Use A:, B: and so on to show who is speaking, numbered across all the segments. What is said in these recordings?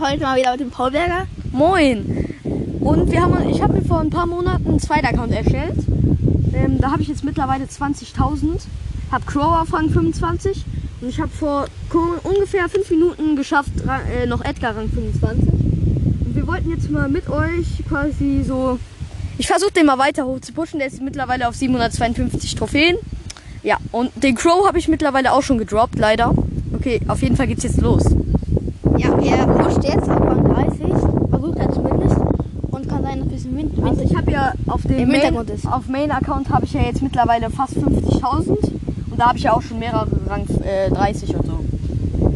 A: heute mal wieder mit dem Paulberger.
B: Moin! Und wir haben, ich habe mir vor ein paar Monaten einen zweiten Account erstellt. Ähm, da habe ich jetzt mittlerweile 20.000, habe Crower auf Rang 25 und ich habe vor ko- ungefähr 5 Minuten geschafft, Ra- äh, noch Edgar Rang 25. Und wir wollten jetzt mal mit euch quasi so... Ich versuche den mal weiter hoch zu pushen, der ist mittlerweile auf 752 Trophäen. Ja, und den Crow habe ich mittlerweile auch schon gedroppt, leider. Okay, auf jeden Fall geht's jetzt los.
A: Ja, er pusht jetzt auf Rang 30, versucht er zumindest und kann sein, dass wir es im Winter.
B: Also ich habe ja auf dem
A: Im
B: Main,
A: Hintergrund ist.
B: auf Main Account habe ich ja jetzt mittlerweile fast 50.000 und da habe ich ja auch schon mehrere Rang äh, 30 und so.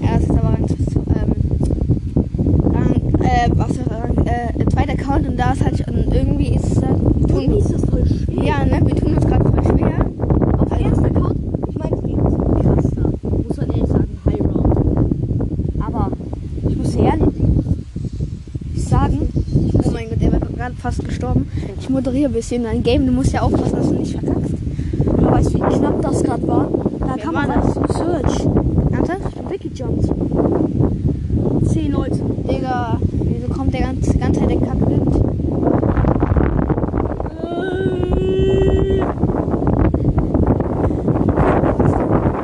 A: ja, das ist aber Rang, ähm, Rang, äh, was für Rang, äh, zweiter Account und da ist halt, und irgendwie ist es halt, wir tun,
B: ist das voll schwer.
A: ja, ne, wir tun uns gerade voll schwer.
B: Auf dem ersten Account, ich meine, es ging krasser. Muss man ehrlich sagen, High Round. Aber ich muss ehrlich sagen,
A: Oh mein Gott, er wäre gerade fast gestorben. Ich moderiere ein bisschen dein Game, du musst ja aufpassen, dass du nicht verkackst.
B: du weißt, wie knapp das gerade war. Da
A: Wer
B: kam
A: war
B: man das Search.
A: Ernsthaft?
B: Weggejumpt. Zehn Leute.
A: Digga, wieso kommt der ganz, ganze Zeit der Äh, Kackwind? Äh.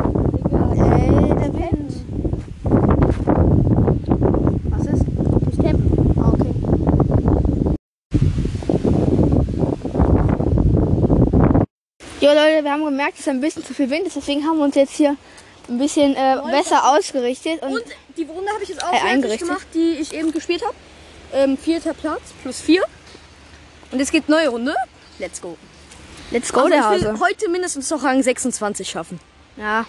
A: Ey, der Wind.
B: Was ist?
A: Ich campen. Ah, okay. Jo Leute, wir haben gemerkt, dass ein bisschen zu viel Wind ist, deswegen haben wir uns jetzt hier ein bisschen äh, besser ausgerichtet. Und,
B: Und die Runde habe ich jetzt auch
A: Äh,
B: fertig
A: eingerichtet.
B: gemacht, die ich eben gespielt habe. Ähm, vierter Platz plus vier. Und jetzt geht neue Runde. Let's go.
A: let's go,
B: also
A: der
B: ich will
A: Hase.
B: heute mindestens noch Rang 26 schaffen.
A: Ja,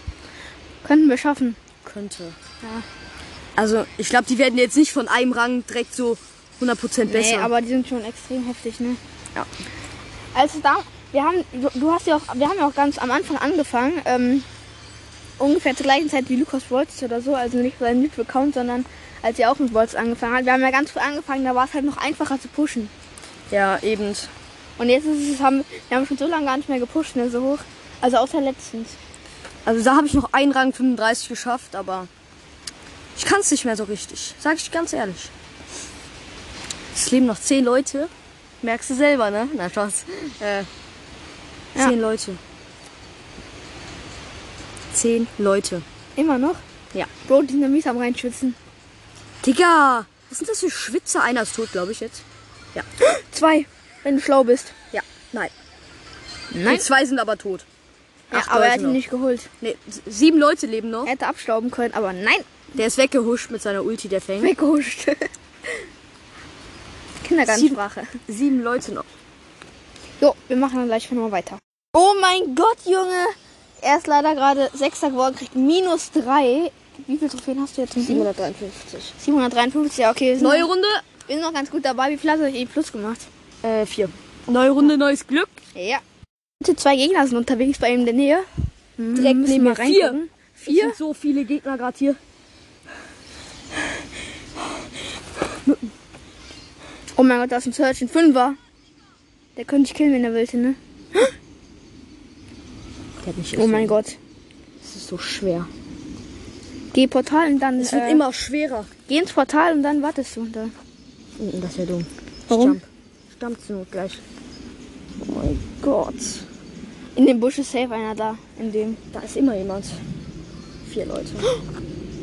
A: könnten wir schaffen.
B: Könnte.
A: Ja.
B: Also ich glaube, die werden jetzt nicht von einem Rang direkt so 100% besser.
A: Nee, aber die sind schon extrem heftig, ne?
B: Ja.
A: Also da, wir haben, du, du hast ja auch, wir haben ja auch ganz am Anfang angefangen, ähm, ungefähr zur gleichen Zeit wie Lukas Wolz oder so, also nicht bei seinem YouTube-Account, sondern als er auch mit Wolz angefangen hat. Wir haben ja ganz früh angefangen, da war es halt noch einfacher zu pushen.
B: ja, eben.
A: Und jetzt ist es, haben, wir haben schon so lange gar nicht mehr gepusht, ne, so hoch. Also außer letztens.
B: Also da habe ich noch einen Rang 35 geschafft, aber ich kann es nicht mehr so richtig. Sag ich ganz ehrlich. Es leben noch zehn Leute. Merkst du selber, ne? Na Spaß. Äh,
A: Ja.
B: Zehn Leute. Zehn Leute.
A: Immer noch?
B: Ja.
A: Bro, die sind ja mies am Reinschwitzen.
B: Digga! Was sind das für Schwitzer? Einer ist tot, glaube ich jetzt. Ja.
A: Zwei, wenn du schlau bist.
B: Ja. Nein. Nein. Die zwei sind aber tot.
A: Ja,
B: Acht
A: aber er hat
B: Leute
A: ihn
B: noch.
A: nicht geholt.
B: Nee, s- sieben Leute leben noch.
A: Er hätte abstauben können, aber nein,
B: Der ist weggehuscht mit seiner Ulti, der Fang.
A: weggehuscht. Kindergartensprache.
B: Sieben Leute noch.
A: Jo, wir machen dann gleich nochmal weiter. Oh mein Gott, Junge! Er ist leider gerade Sechster geworden, kriegt minus 3. Wie viele Trophäen hast du jetzt?
B: 753.
A: 753, ja, okay. Wir sind,
B: Neue
A: noch,
B: Runde,
A: wir sind noch ganz gut dabei. Wie viel hast du euch eh plus gemacht?
B: Äh, vier. Neue Runde, neues Glück.
A: Ja. Bitte zwei Gegner sind unterwegs bei ihm in der Nähe. Direkt
B: Müssen
A: neben
B: wir
A: mir Mhm, reingucken.
B: Vier. Es sind so viele Gegner gerade hier.
A: Oh mein Gott, da ist ein Search, ein Fünfer. Der könnte ich killen, wenn er wollte, ne? Oh mein Gott.
B: Das ist so schwer.
A: Geh Portal und dann.
B: Es wird
A: äh,
B: immer schwerer.
A: Geh ins Portal und dann wartest du. Und dann.
B: Mm, Das wäre dumm.
A: Warum?
B: Jump. Jump zur Not gleich. Oh mein Gott.
A: In dem Busch ist safe einer da. In dem.
B: Da ist immer jemand. Vier Leute.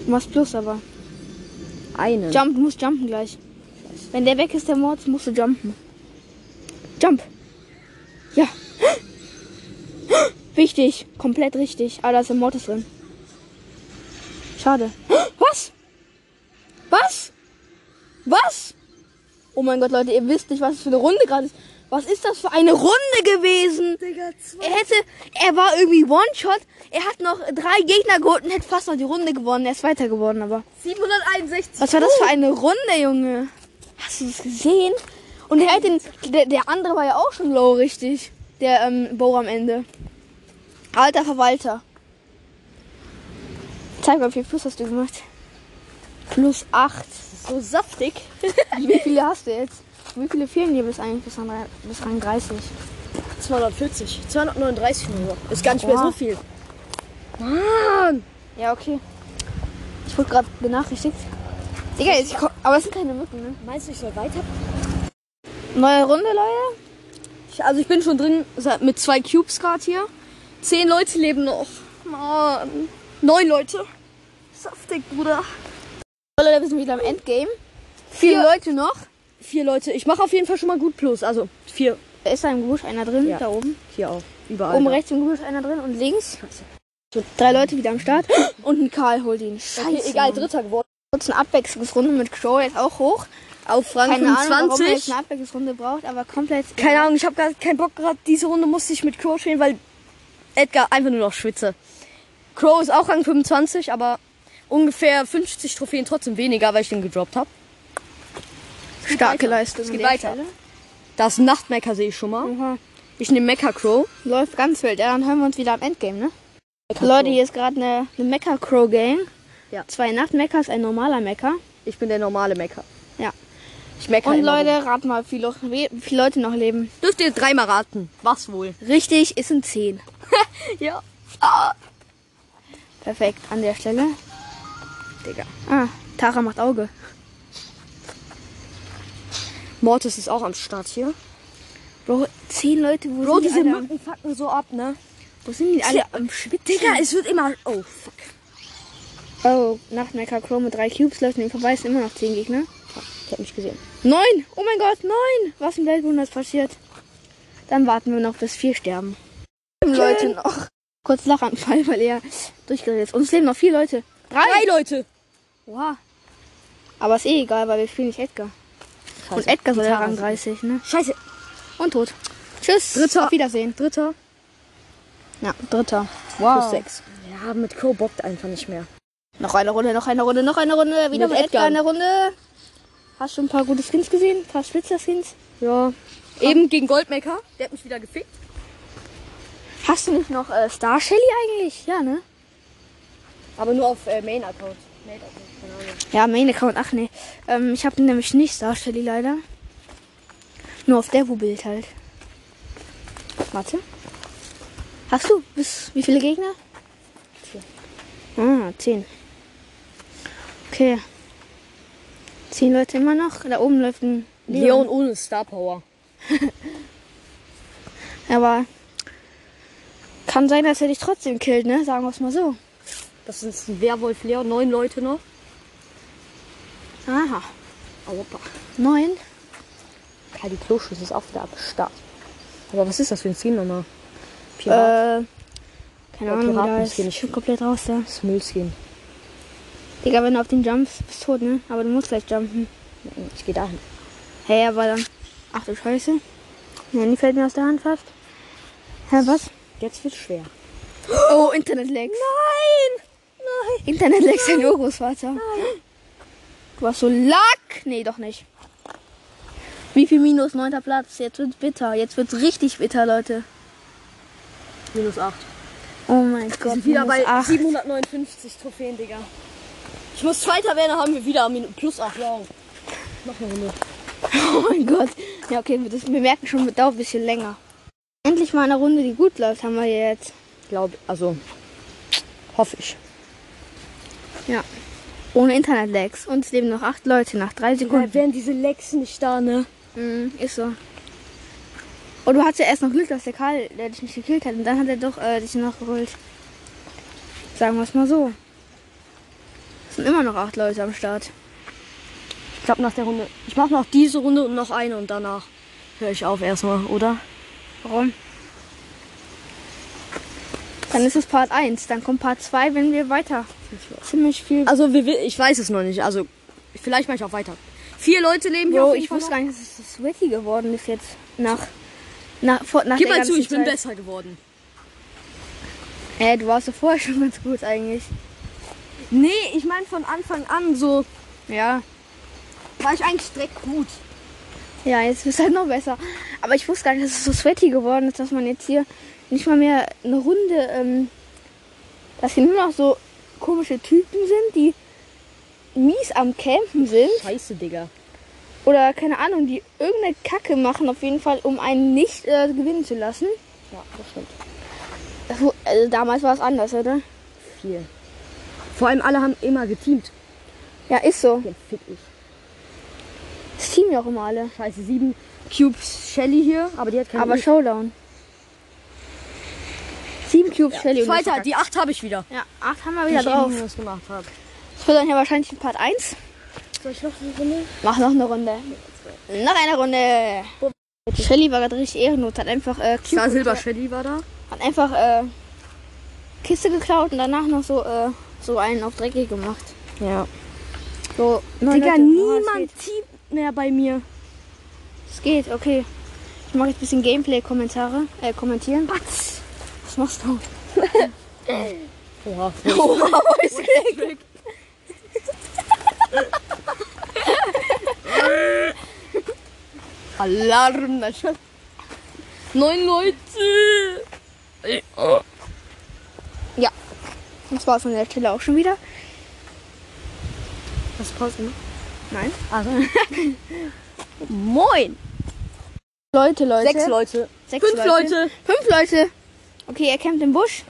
A: Du machst plus, aber.
B: Einen.
A: Jump, du musst jumpen gleich. Wenn der weg ist, der Mord, musst du jumpen. Jump. Ja. Wichtig. Komplett richtig. Ah, da ist der Mord drin. Schade. Was? Was? Was? Oh mein Gott, Leute, ihr wisst nicht, was es für eine Runde gerade ist. Was ist das für eine Runde gewesen?
B: Digga, zwei.
A: Er hätte, er war irgendwie One-Shot. Er hat noch drei Gegner geholt und hätte fast noch die Runde gewonnen. Er ist weiter geworden, aber.
B: 761.
A: Was war das für eine Runde, Junge? Hast du das gesehen? Und der, hat den, der, der andere war ja auch schon low, richtig. Der ähm, Bohr am Ende. Alter Verwalter. Zeig mal, wie viel Plus hast du gemacht? Plus 8.
B: So saftig.
A: Wie viele hast du jetzt? Wie viele fehlen dir bis eigentlich bis, an, bis Rang 30?
B: 240. 239 nur. noch. Ist gar nicht mehr
A: Boah.
B: so viel. Mann.
A: Ja, okay. Ich wurde gerade benachrichtigt. Digga, ich, ko- aber es sind keine Mücken, ne?
B: Meinst du, ich soll weiter?
A: Neue Runde, Leute.
B: Ich, also ich bin schon drin seit- mit zwei Cubes gerade hier. Zehn Leute leben noch. Mann. Neun Leute. Saftig, Bruder.
A: So, Leute, wir sind wieder im Endgame.
B: Vier,
A: Vier Leute noch.
B: vier Leute. Ich mache auf jeden Fall schon mal gut plus. Also vier.
A: Da ist da im Gebüsch einer drin,
B: Ja.
A: da oben.
B: Hier auch. Überall.
A: Oben
B: da.
A: rechts im Gebüsch einer drin und links.
B: Scheiße.
A: So, drei Leute wieder am Start. Und ein Karl holt ihn.
B: Okay,
A: Scheiße.
B: egal,
A: Mann.
B: dritter geworden.
A: kurz eine Abwechslungsrunde mit Crow jetzt auch hoch.
B: Auf Rang
A: Keine Ahnung, warum er jetzt
B: 25.
A: eine Abwechslungsrunde braucht, aber komplett.
B: Keine Ahnung, ich habe gar keinen Bock gerade. Diese Runde musste ich mit Crow spielen, weil Edgar einfach nur noch schwitze. Crow ist auch Rang 25, aber ungefähr 50 Trophäen trotzdem weniger, weil ich den gedroppt habe.
A: starke Leistung.
B: Es geht
A: an der
B: weiter.
A: Stelle.
B: Das Nachtmecker sehe ich schon mal.
A: Oha.
B: Ich nehme Mecha Crow.
A: Läuft ganz wild. Ja, dann hören wir uns wieder am Endgame, ne? Leute, hier ist gerade eine, eine Mecha Crow Gang.
B: Ja.
A: Zwei Nachtmechas, ein normaler Mecha.
B: Ich bin der normale Mecker.
A: Ja.
B: Ich mecker
A: Und
B: immer rum.
A: Leute, rat mal, wie viele, wie viele Leute noch leben.
B: Dürft ihr dreimal raten. Was wohl?
A: Richtig, es sind zehn.
B: Ja. Ah.
A: Perfekt, an der Stelle.
B: Digga.
A: Ah, Tara macht Auge.
B: Mortis ist auch am Start hier.
A: Bro, zehn Leute, wo
B: Bro,
A: sind
B: diese
A: die alle?
B: Mücken fucken so ab, ne?
A: Wo sind die alle
B: Hier.
A: am Schwitzen?
B: Digga, es wird immer. Oh, fuck.
A: Oh, nach Mecha Crow mit drei Cubes läuft an ihm vorbei, es sind immer noch zehn Gegner.
B: Ich hab mich gesehen.
A: Neun! Oh mein Gott, neun! Was im Weltwunder ist passiert? Dann warten wir noch, bis vier sterben. Leben Leute noch. Kurz Lachanfall, weil er durchgedreht ist. Und es leben noch vier Leute. Drei!
B: Drei Leute.
A: Oha. Aber ist eh egal, weil wir spielen nicht Edgar. Und Edgar soll ja
B: Gitarre
A: Rang
B: sind-
A: 30, ne?
B: Scheiße.
A: Und tot. Tschüss.
B: Dritter.
A: Auf Wiedersehen.
B: Dritter.
A: Ja, dritter.
B: Plus sechs. Ja, mit Crow bockt einfach nicht mehr.
A: Noch eine Runde, noch eine Runde, noch eine Runde. Wieder
B: Mit
A: mit Edgar
B: Edgar.
A: eine Runde. Hast schon ein paar gute Skins gesehen? Ein paar Spitzer-Skins?
B: Ja. Eben gegen Goldmaker. Der hat mich wieder gefickt.
A: Hast du nicht noch äh, Star Shelly eigentlich? Ja, ne?
B: Aber nur auf äh, Main-Account. Main-Account, keine Ahnung.
A: Ja, Main Account, ach nee. Ähm, ich habe nämlich nicht Star Shelly leider. Nur auf der Bild halt. Warte. Hast du bis wie viele Gegner? Ah, zehn. Okay. Zehn Leute immer noch. Da oben läuft ein
B: Leon ohne Star Power.
A: Aber kann sein, dass er dich trotzdem killt, ne? Sagen wir es mal so.
B: Das ist ein Werwolf Leon. Neun Leute noch.
A: Aha.
B: Oh, opa.
A: Neun.
B: Kali Kloschüss ist auch wieder am Start. Aber was ist das für ein Skin nochmal? Pirat.
A: Äh, keine
B: Ja,
A: Ahnung, wie
B: Piraten
A: da
B: ist
A: ist.
B: hier nicht.
A: Ich bin komplett raus da.
B: Das Müllskin.
A: Digga, wenn du auf den jumpst, bist du tot, ne? Aber du musst gleich jumpen.
B: Ich gehe dahin.
A: Hey, aber dann. Ach du Scheiße. Mein Handy fällt mir aus der Hand fast. Hä, was?
B: Jetzt wird's schwer.
A: Oh, Internet-Lags. Nein! Nein! Internet-Lags, dein Urgroßvater. Du warst so lack. Nee, doch nicht. Wie viel Minus? Neunter Platz. Jetzt wird's bitter. Jetzt wird's richtig bitter, Leute.
B: Minus 8.
A: Oh mein Gott.
B: sind wieder
A: minus
B: bei
A: acht.
B: 759 Trophäen, Digga. Ich muss Zweiter werden, dann haben wir wieder Min plus 8. Wow. Noch eine Runde.
A: Oh mein Gott. Ja, okay, wir, das, wir merken schon, das dauert ein bisschen länger. Endlich mal eine Runde, die gut läuft, haben wir jetzt.
B: Glaube, also hoffe ich.
A: Ja. Ohne Internet-Lags. Und es leben noch acht Leute nach drei Sekunden.
B: wären Oh diese Lex nicht da, ne?
A: Mhm, ist so. Und Oh, du hattest ja erst noch Glück, dass der Karl der dich nicht gekillt hat. Und dann hat er doch äh, dich noch geholt. Sagen wir es mal so. Es sind immer noch acht Leute am Start.
B: Ich glaube nach der Runde. Ich mache noch diese Runde und noch eine und danach höre ich auf erstmal, oder?
A: Warum? Dann ist es Part 1. Dann kommt Part 2, wenn wir weiter. Ziemlich viel.
B: Also wir, wi- ich weiß es noch nicht. Also vielleicht mache ich auch weiter. Vier Leute leben hier.
A: Bro,
B: auf jeden
A: ich
B: Fall
A: wusste
B: noch.
A: gar nicht, dass es so sweaty geworden ist jetzt. Nach. Nach, vor, nach
B: Gib
A: der
B: mal zu,
A: ganzen
B: ich bin
A: Zeit.
B: besser geworden.
A: Hä, du warst ja vorher schon ganz gut eigentlich.
B: Nee, ich meine von Anfang an so
A: Ja.
B: war ich eigentlich direkt gut.
A: Ja, jetzt bist du halt noch besser. Aber ich wusste gar nicht, dass es so sweaty geworden ist, dass man jetzt hier nicht mal mehr eine Runde, ähm, dass hier nur noch so komische Typen sind, die mies am Campen sind
B: Scheiße, Digga.
A: oder keine Ahnung, die irgendeine Kacke machen auf jeden Fall, um einen nicht äh, gewinnen zu lassen. äh,
B: Ja, das stimmt.
A: Das, wo- also damals war es anders, oder?
B: Viel. Vor allem alle haben immer geteamt.
A: Ja, ist so.
B: Den fick ich.
A: Das Team ja auch immer alle.
B: Scheiße, sieben Cubes Shelly hier, aber die hat keine
A: Aber
B: Ult.
A: Showdown. Sieben Cubes Shelly. und das
B: Zweiter,
A: ist
B: die acht habe ich wieder.
A: kacke. Ja, acht haben wir
B: Die
A: wieder
B: ich
A: drauf.
B: eben was gemacht habe.
A: Das wird dann ja wahrscheinlich in Part 1.
B: Soll ich noch eine Runde?
A: Mach noch eine Runde. Noch eine Runde. Shelly war gerade richtig ehrenlos. Hat einfach äh,
B: Ja,
A: Cube,
B: Silber Shelly war da.
A: hat einfach äh, Kiste geklaut und danach noch so, äh, so einen auf dreckig gemacht.
B: Ja.
A: So, neun
B: Digga,
A: Leute. Oh, es
B: niemand zieht mehr bei mir.
A: geht. Es geht, okay. Ich mache jetzt ein bisschen Gameplay-Kommentare, äh, kommentieren.
B: Was?
A: Was machst du?
B: Oha. Alarm, das schon. Neun Leute.
A: Ja. Das war's an der Stelle auch schon wieder.
B: Was passen?
A: Nein.
B: Also. Moin.
A: Leute, Leute.
B: Sechs Leute.
A: Sechs
B: Fünf Leute.
A: Fünf Leute. Okay, er campt im Busch.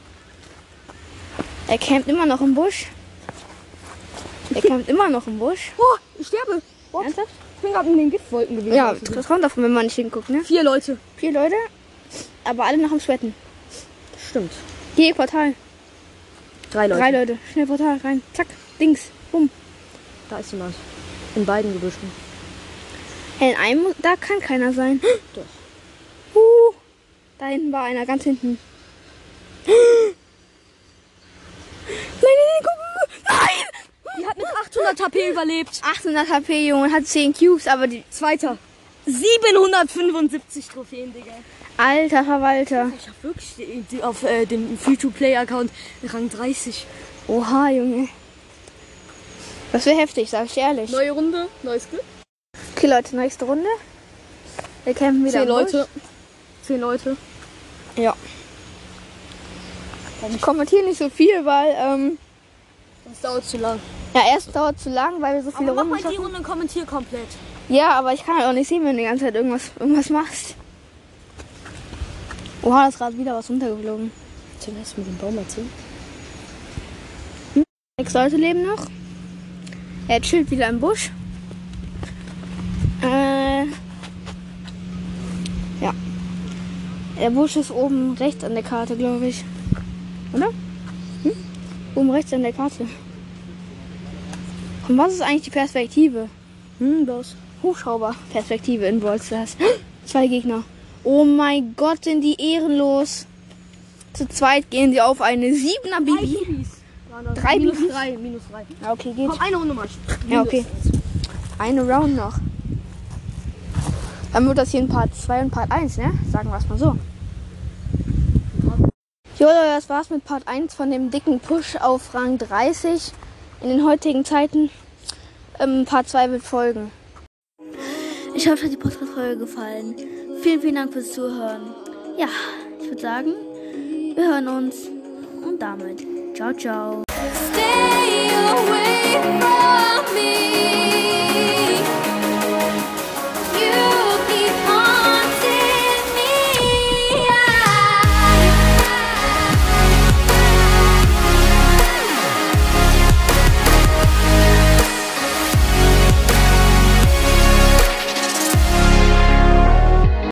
A: Er campt immer noch im Busch. Er campt immer noch im Busch.
B: Oh, ich sterbe. What?
A: Ernsthaft?
B: Ich bin gerade in den Giftwolken gewesen.
A: Ja, das kommt davon, wenn man nicht hinguckt, ne?
B: Vier Leute.
A: Vier Leute, aber alle noch am Sweaten.
B: Stimmt.
A: Hier, Portal.
B: Drei Leute.
A: Drei Leute. Schnell Portal rein. Zack. Dings. Bumm.
B: Da ist jemand. In beiden Gebüschen.
A: Hey, in einem, da kann keiner sein.
B: Doch.
A: Huh. Da hinten war einer, ganz hinten. Nein, nein, nein, guck, guck. Nein!
B: Die hat mit 800 HP überlebt.
A: 800 HP, Junge, hat 10 Cubes, aber die.
B: Zweiter. 775 Trophäen, Digga.
A: Alter Verwalter.
B: Ich hab wirklich die- die- auf äh, dem Free-to-Play-Account Rang 30.
A: Oha, Junge. Das wäre heftig, sag ich dir ehrlich.
B: Neue Runde, neues Glück.
A: Okay, Leute, nächste Runde. Wir kämpfen wieder. im
B: Zehn
A: Busch.
B: Leute. Zehn Leute.
A: Ja. Ich kommentiere nicht so viel, weil, ähm,
B: Das dauert zu lang.
A: ja, erst dauert zu lang, weil wir so viele Runden schaffen.
B: Runde kommentier komplett.
A: Ja, aber ich kann halt auch nicht sehen, wenn du die ganze Zeit irgendwas, irgendwas machst. Oha, da ist gerade wieder was runtergeflogen.
B: Tim, hast du mir den Baum erzählt?
A: Sechs Leute leben noch. Er chillt wieder im Busch. Äh, ja. Der Busch ist oben rechts an der Karte, glaube ich. Oder? Hm? Oben rechts an der Karte. Und was ist eigentlich die Perspektive?
B: Hm, Boss.
A: Hubschrauber-Perspektive in Brawl Stars. Zwei Gegner. Oh mein Gott, sind die ehrenlos. Zu zweit gehen sie auf eine Siebener Bibi. Drei
B: Drei minus
A: Bibis?
B: drei, minus drei.
A: Ja, okay, geht.
B: Komm, eine Runde mal.
A: Ja, okay. Eine Round noch. Dann wird das hier in Part 2 und Part 1, ne? Sagen wir es mal so. Jo, Leute, das war's mit Part 1 von dem dicken Push auf Rang 30 in den heutigen Zeiten. Ähm, Part 2 wird folgen.
C: Ich hoffe, euch hat die Podcast-Folge gefallen. Vielen, vielen Dank fürs Zuhören. Ja, ich würde sagen, wir hören uns. Und damit, ciao, ciao.
D: Stay